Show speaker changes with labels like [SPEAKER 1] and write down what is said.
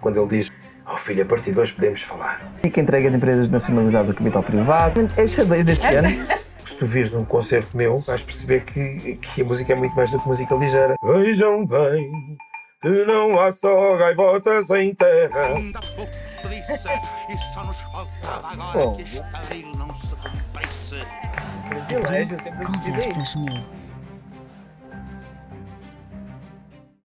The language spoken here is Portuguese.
[SPEAKER 1] quando ele diz: Oh filho, a partir de hoje podemos falar.
[SPEAKER 2] E que entrega de empresas nacionalizadas ao capital privado. Esta lei deste ano.
[SPEAKER 1] Se tu vires num concerto meu, vais perceber que, que a música é muito mais do que música ligeira. Vejam bem que não há só gaivotas em terra.
[SPEAKER 3] Ainda há pouco se disse e só nos faltava agora que este abril não se cumprisse.
[SPEAKER 4] Conversas mil.